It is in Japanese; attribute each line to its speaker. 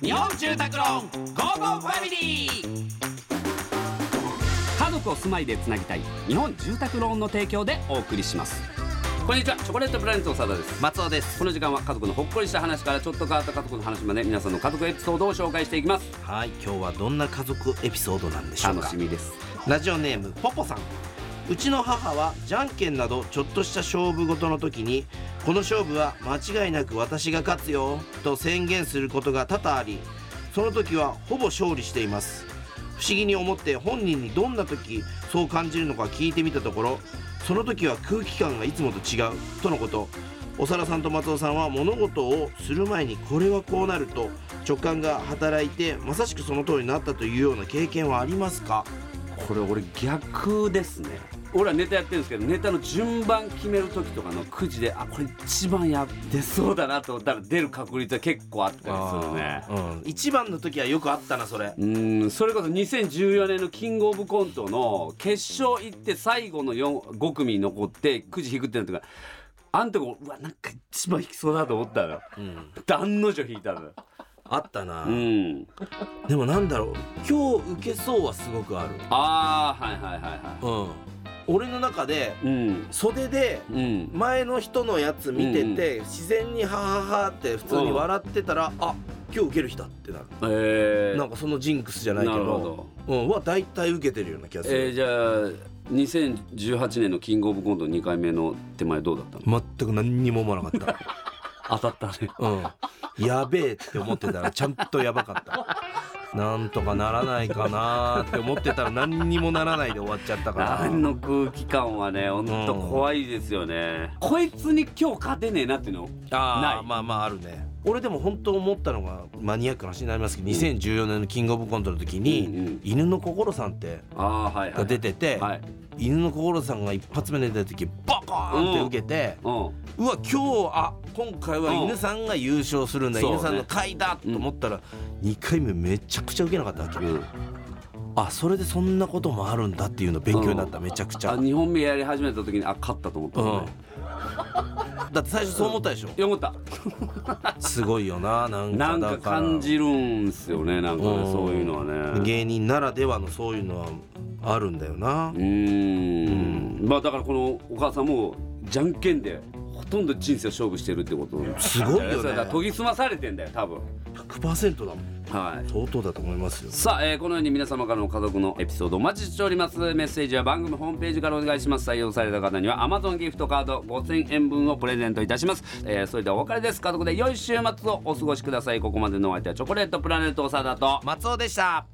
Speaker 1: 日本住宅ローンゴーゴーファミリー家族を住まいでつなぎたい日本住宅ローンの提供でお送りしますこんにちはチョコレートプラネットの佐田です
Speaker 2: 松尾です
Speaker 1: この時間は家族のほっこりした話からちょっと変わった家族の話まで皆さんの家族エピソードを紹介していきます
Speaker 2: はい今日はどんな家族エピソードなんでしょうか
Speaker 1: 楽しみです
Speaker 2: ラジオネームポポさんうちの母はじゃんけんなどちょっとした勝負事の時にこの勝負は間違いなく私が勝つよと宣言することが多々ありその時はほぼ勝利しています不思議に思って本人にどんな時そう感じるのか聞いてみたところその時は空気感がいつもと違うとのことおさらさんと松尾さんは物事をする前にこれはこうなると直感が働いてまさしくその通りになったというような経験はありますか
Speaker 1: これ俺逆ですね俺はネタやってるんですけどネタの順番決める時とかのくじであこれ一番や出そうだなと思ったら出る確率は結構あったりするね
Speaker 2: うん、一番の時はよくあったなそれ
Speaker 1: うーんそれこそ2014年のキングオブコントの決勝行って最後の4 5組残ってくじ引くってなったからあんとこうわなんか一番引きそうだと思ったのよ
Speaker 2: うん
Speaker 1: 案の定引いたのよ
Speaker 2: あったな、
Speaker 1: うん
Speaker 2: でもなんだろう今日受けそうはすごくある
Speaker 1: ああはいはいはいは
Speaker 2: うん俺の中で
Speaker 1: いうん
Speaker 2: 袖で
Speaker 1: うん
Speaker 2: 前の人のやつ見てて、自然にハハハって普通に笑ってたら、あ今日受ける日だってなる、
Speaker 1: えー、
Speaker 2: なんかそのジンクスじゃないけ
Speaker 1: な
Speaker 2: ど
Speaker 1: るほど
Speaker 2: うん、は大体受けてるような気がする、
Speaker 1: えー、じゃあ2018年のキングオブコント2回目の手前どうだったの
Speaker 2: 全く何にも思わなかった、
Speaker 1: 当たったね
Speaker 2: うん、やべえって思ってたらちゃんとやばかったなんとかならないかなって思ってたら何にもならないで終わっちゃったから
Speaker 1: あの空気感はねほんと怖いですよね、こいつに今日勝てねえなっていうの
Speaker 2: あ
Speaker 1: な
Speaker 2: あ
Speaker 1: い
Speaker 2: まあまああるね俺でも本当思ったのがマニアックな話になりますけど、2014年のキングオブコントの時に、
Speaker 1: うんうん
Speaker 2: 犬の心さんって
Speaker 1: ああーはいは
Speaker 2: が
Speaker 1: い
Speaker 2: 出てて、
Speaker 1: はい
Speaker 2: 犬の心さんが一発目で出た時バコーンって受けて、
Speaker 1: うん
Speaker 2: うわ今日あ今回は犬さんが優勝するんだ、
Speaker 1: うん
Speaker 2: 犬さんの
Speaker 1: そう
Speaker 2: 回だと思ったら、2回目めちゃくちゃ受けなかったわけ、
Speaker 1: うん、
Speaker 2: あそれでそんなこともあるんだっていうの勉強になっためちゃくちゃ、
Speaker 1: あ2本目やり始めた時にあ勝ったと思ったのね、
Speaker 2: うん だって最初そう思ったでしょ
Speaker 1: いや思った
Speaker 2: すごいよななんか
Speaker 1: なん
Speaker 2: だ
Speaker 1: から感じるんすよねなんかね
Speaker 2: ん
Speaker 1: そういうのはね
Speaker 2: 芸人ならではのそういうのはあるんだよな
Speaker 1: うーんまあだからこのお母さんもじゃんけんでほとんど人生を勝負してるってこと
Speaker 2: すごいよね
Speaker 1: それだから研ぎ澄まされてんだよ多分
Speaker 2: 100%だもん
Speaker 1: はい
Speaker 2: 相当だと思いますよ
Speaker 1: さあ、えーこのように皆様からの家族のエピソードお待ちしておりますメッセージは番組ホームページからお願いします採用された方には Amazon ギフトカード5000円分をプレゼントいたします、えーそれではお別れです家族で良い週末をお過ごしくださいここまでのお相手はチョコレートプラネット長田と
Speaker 2: 松尾でした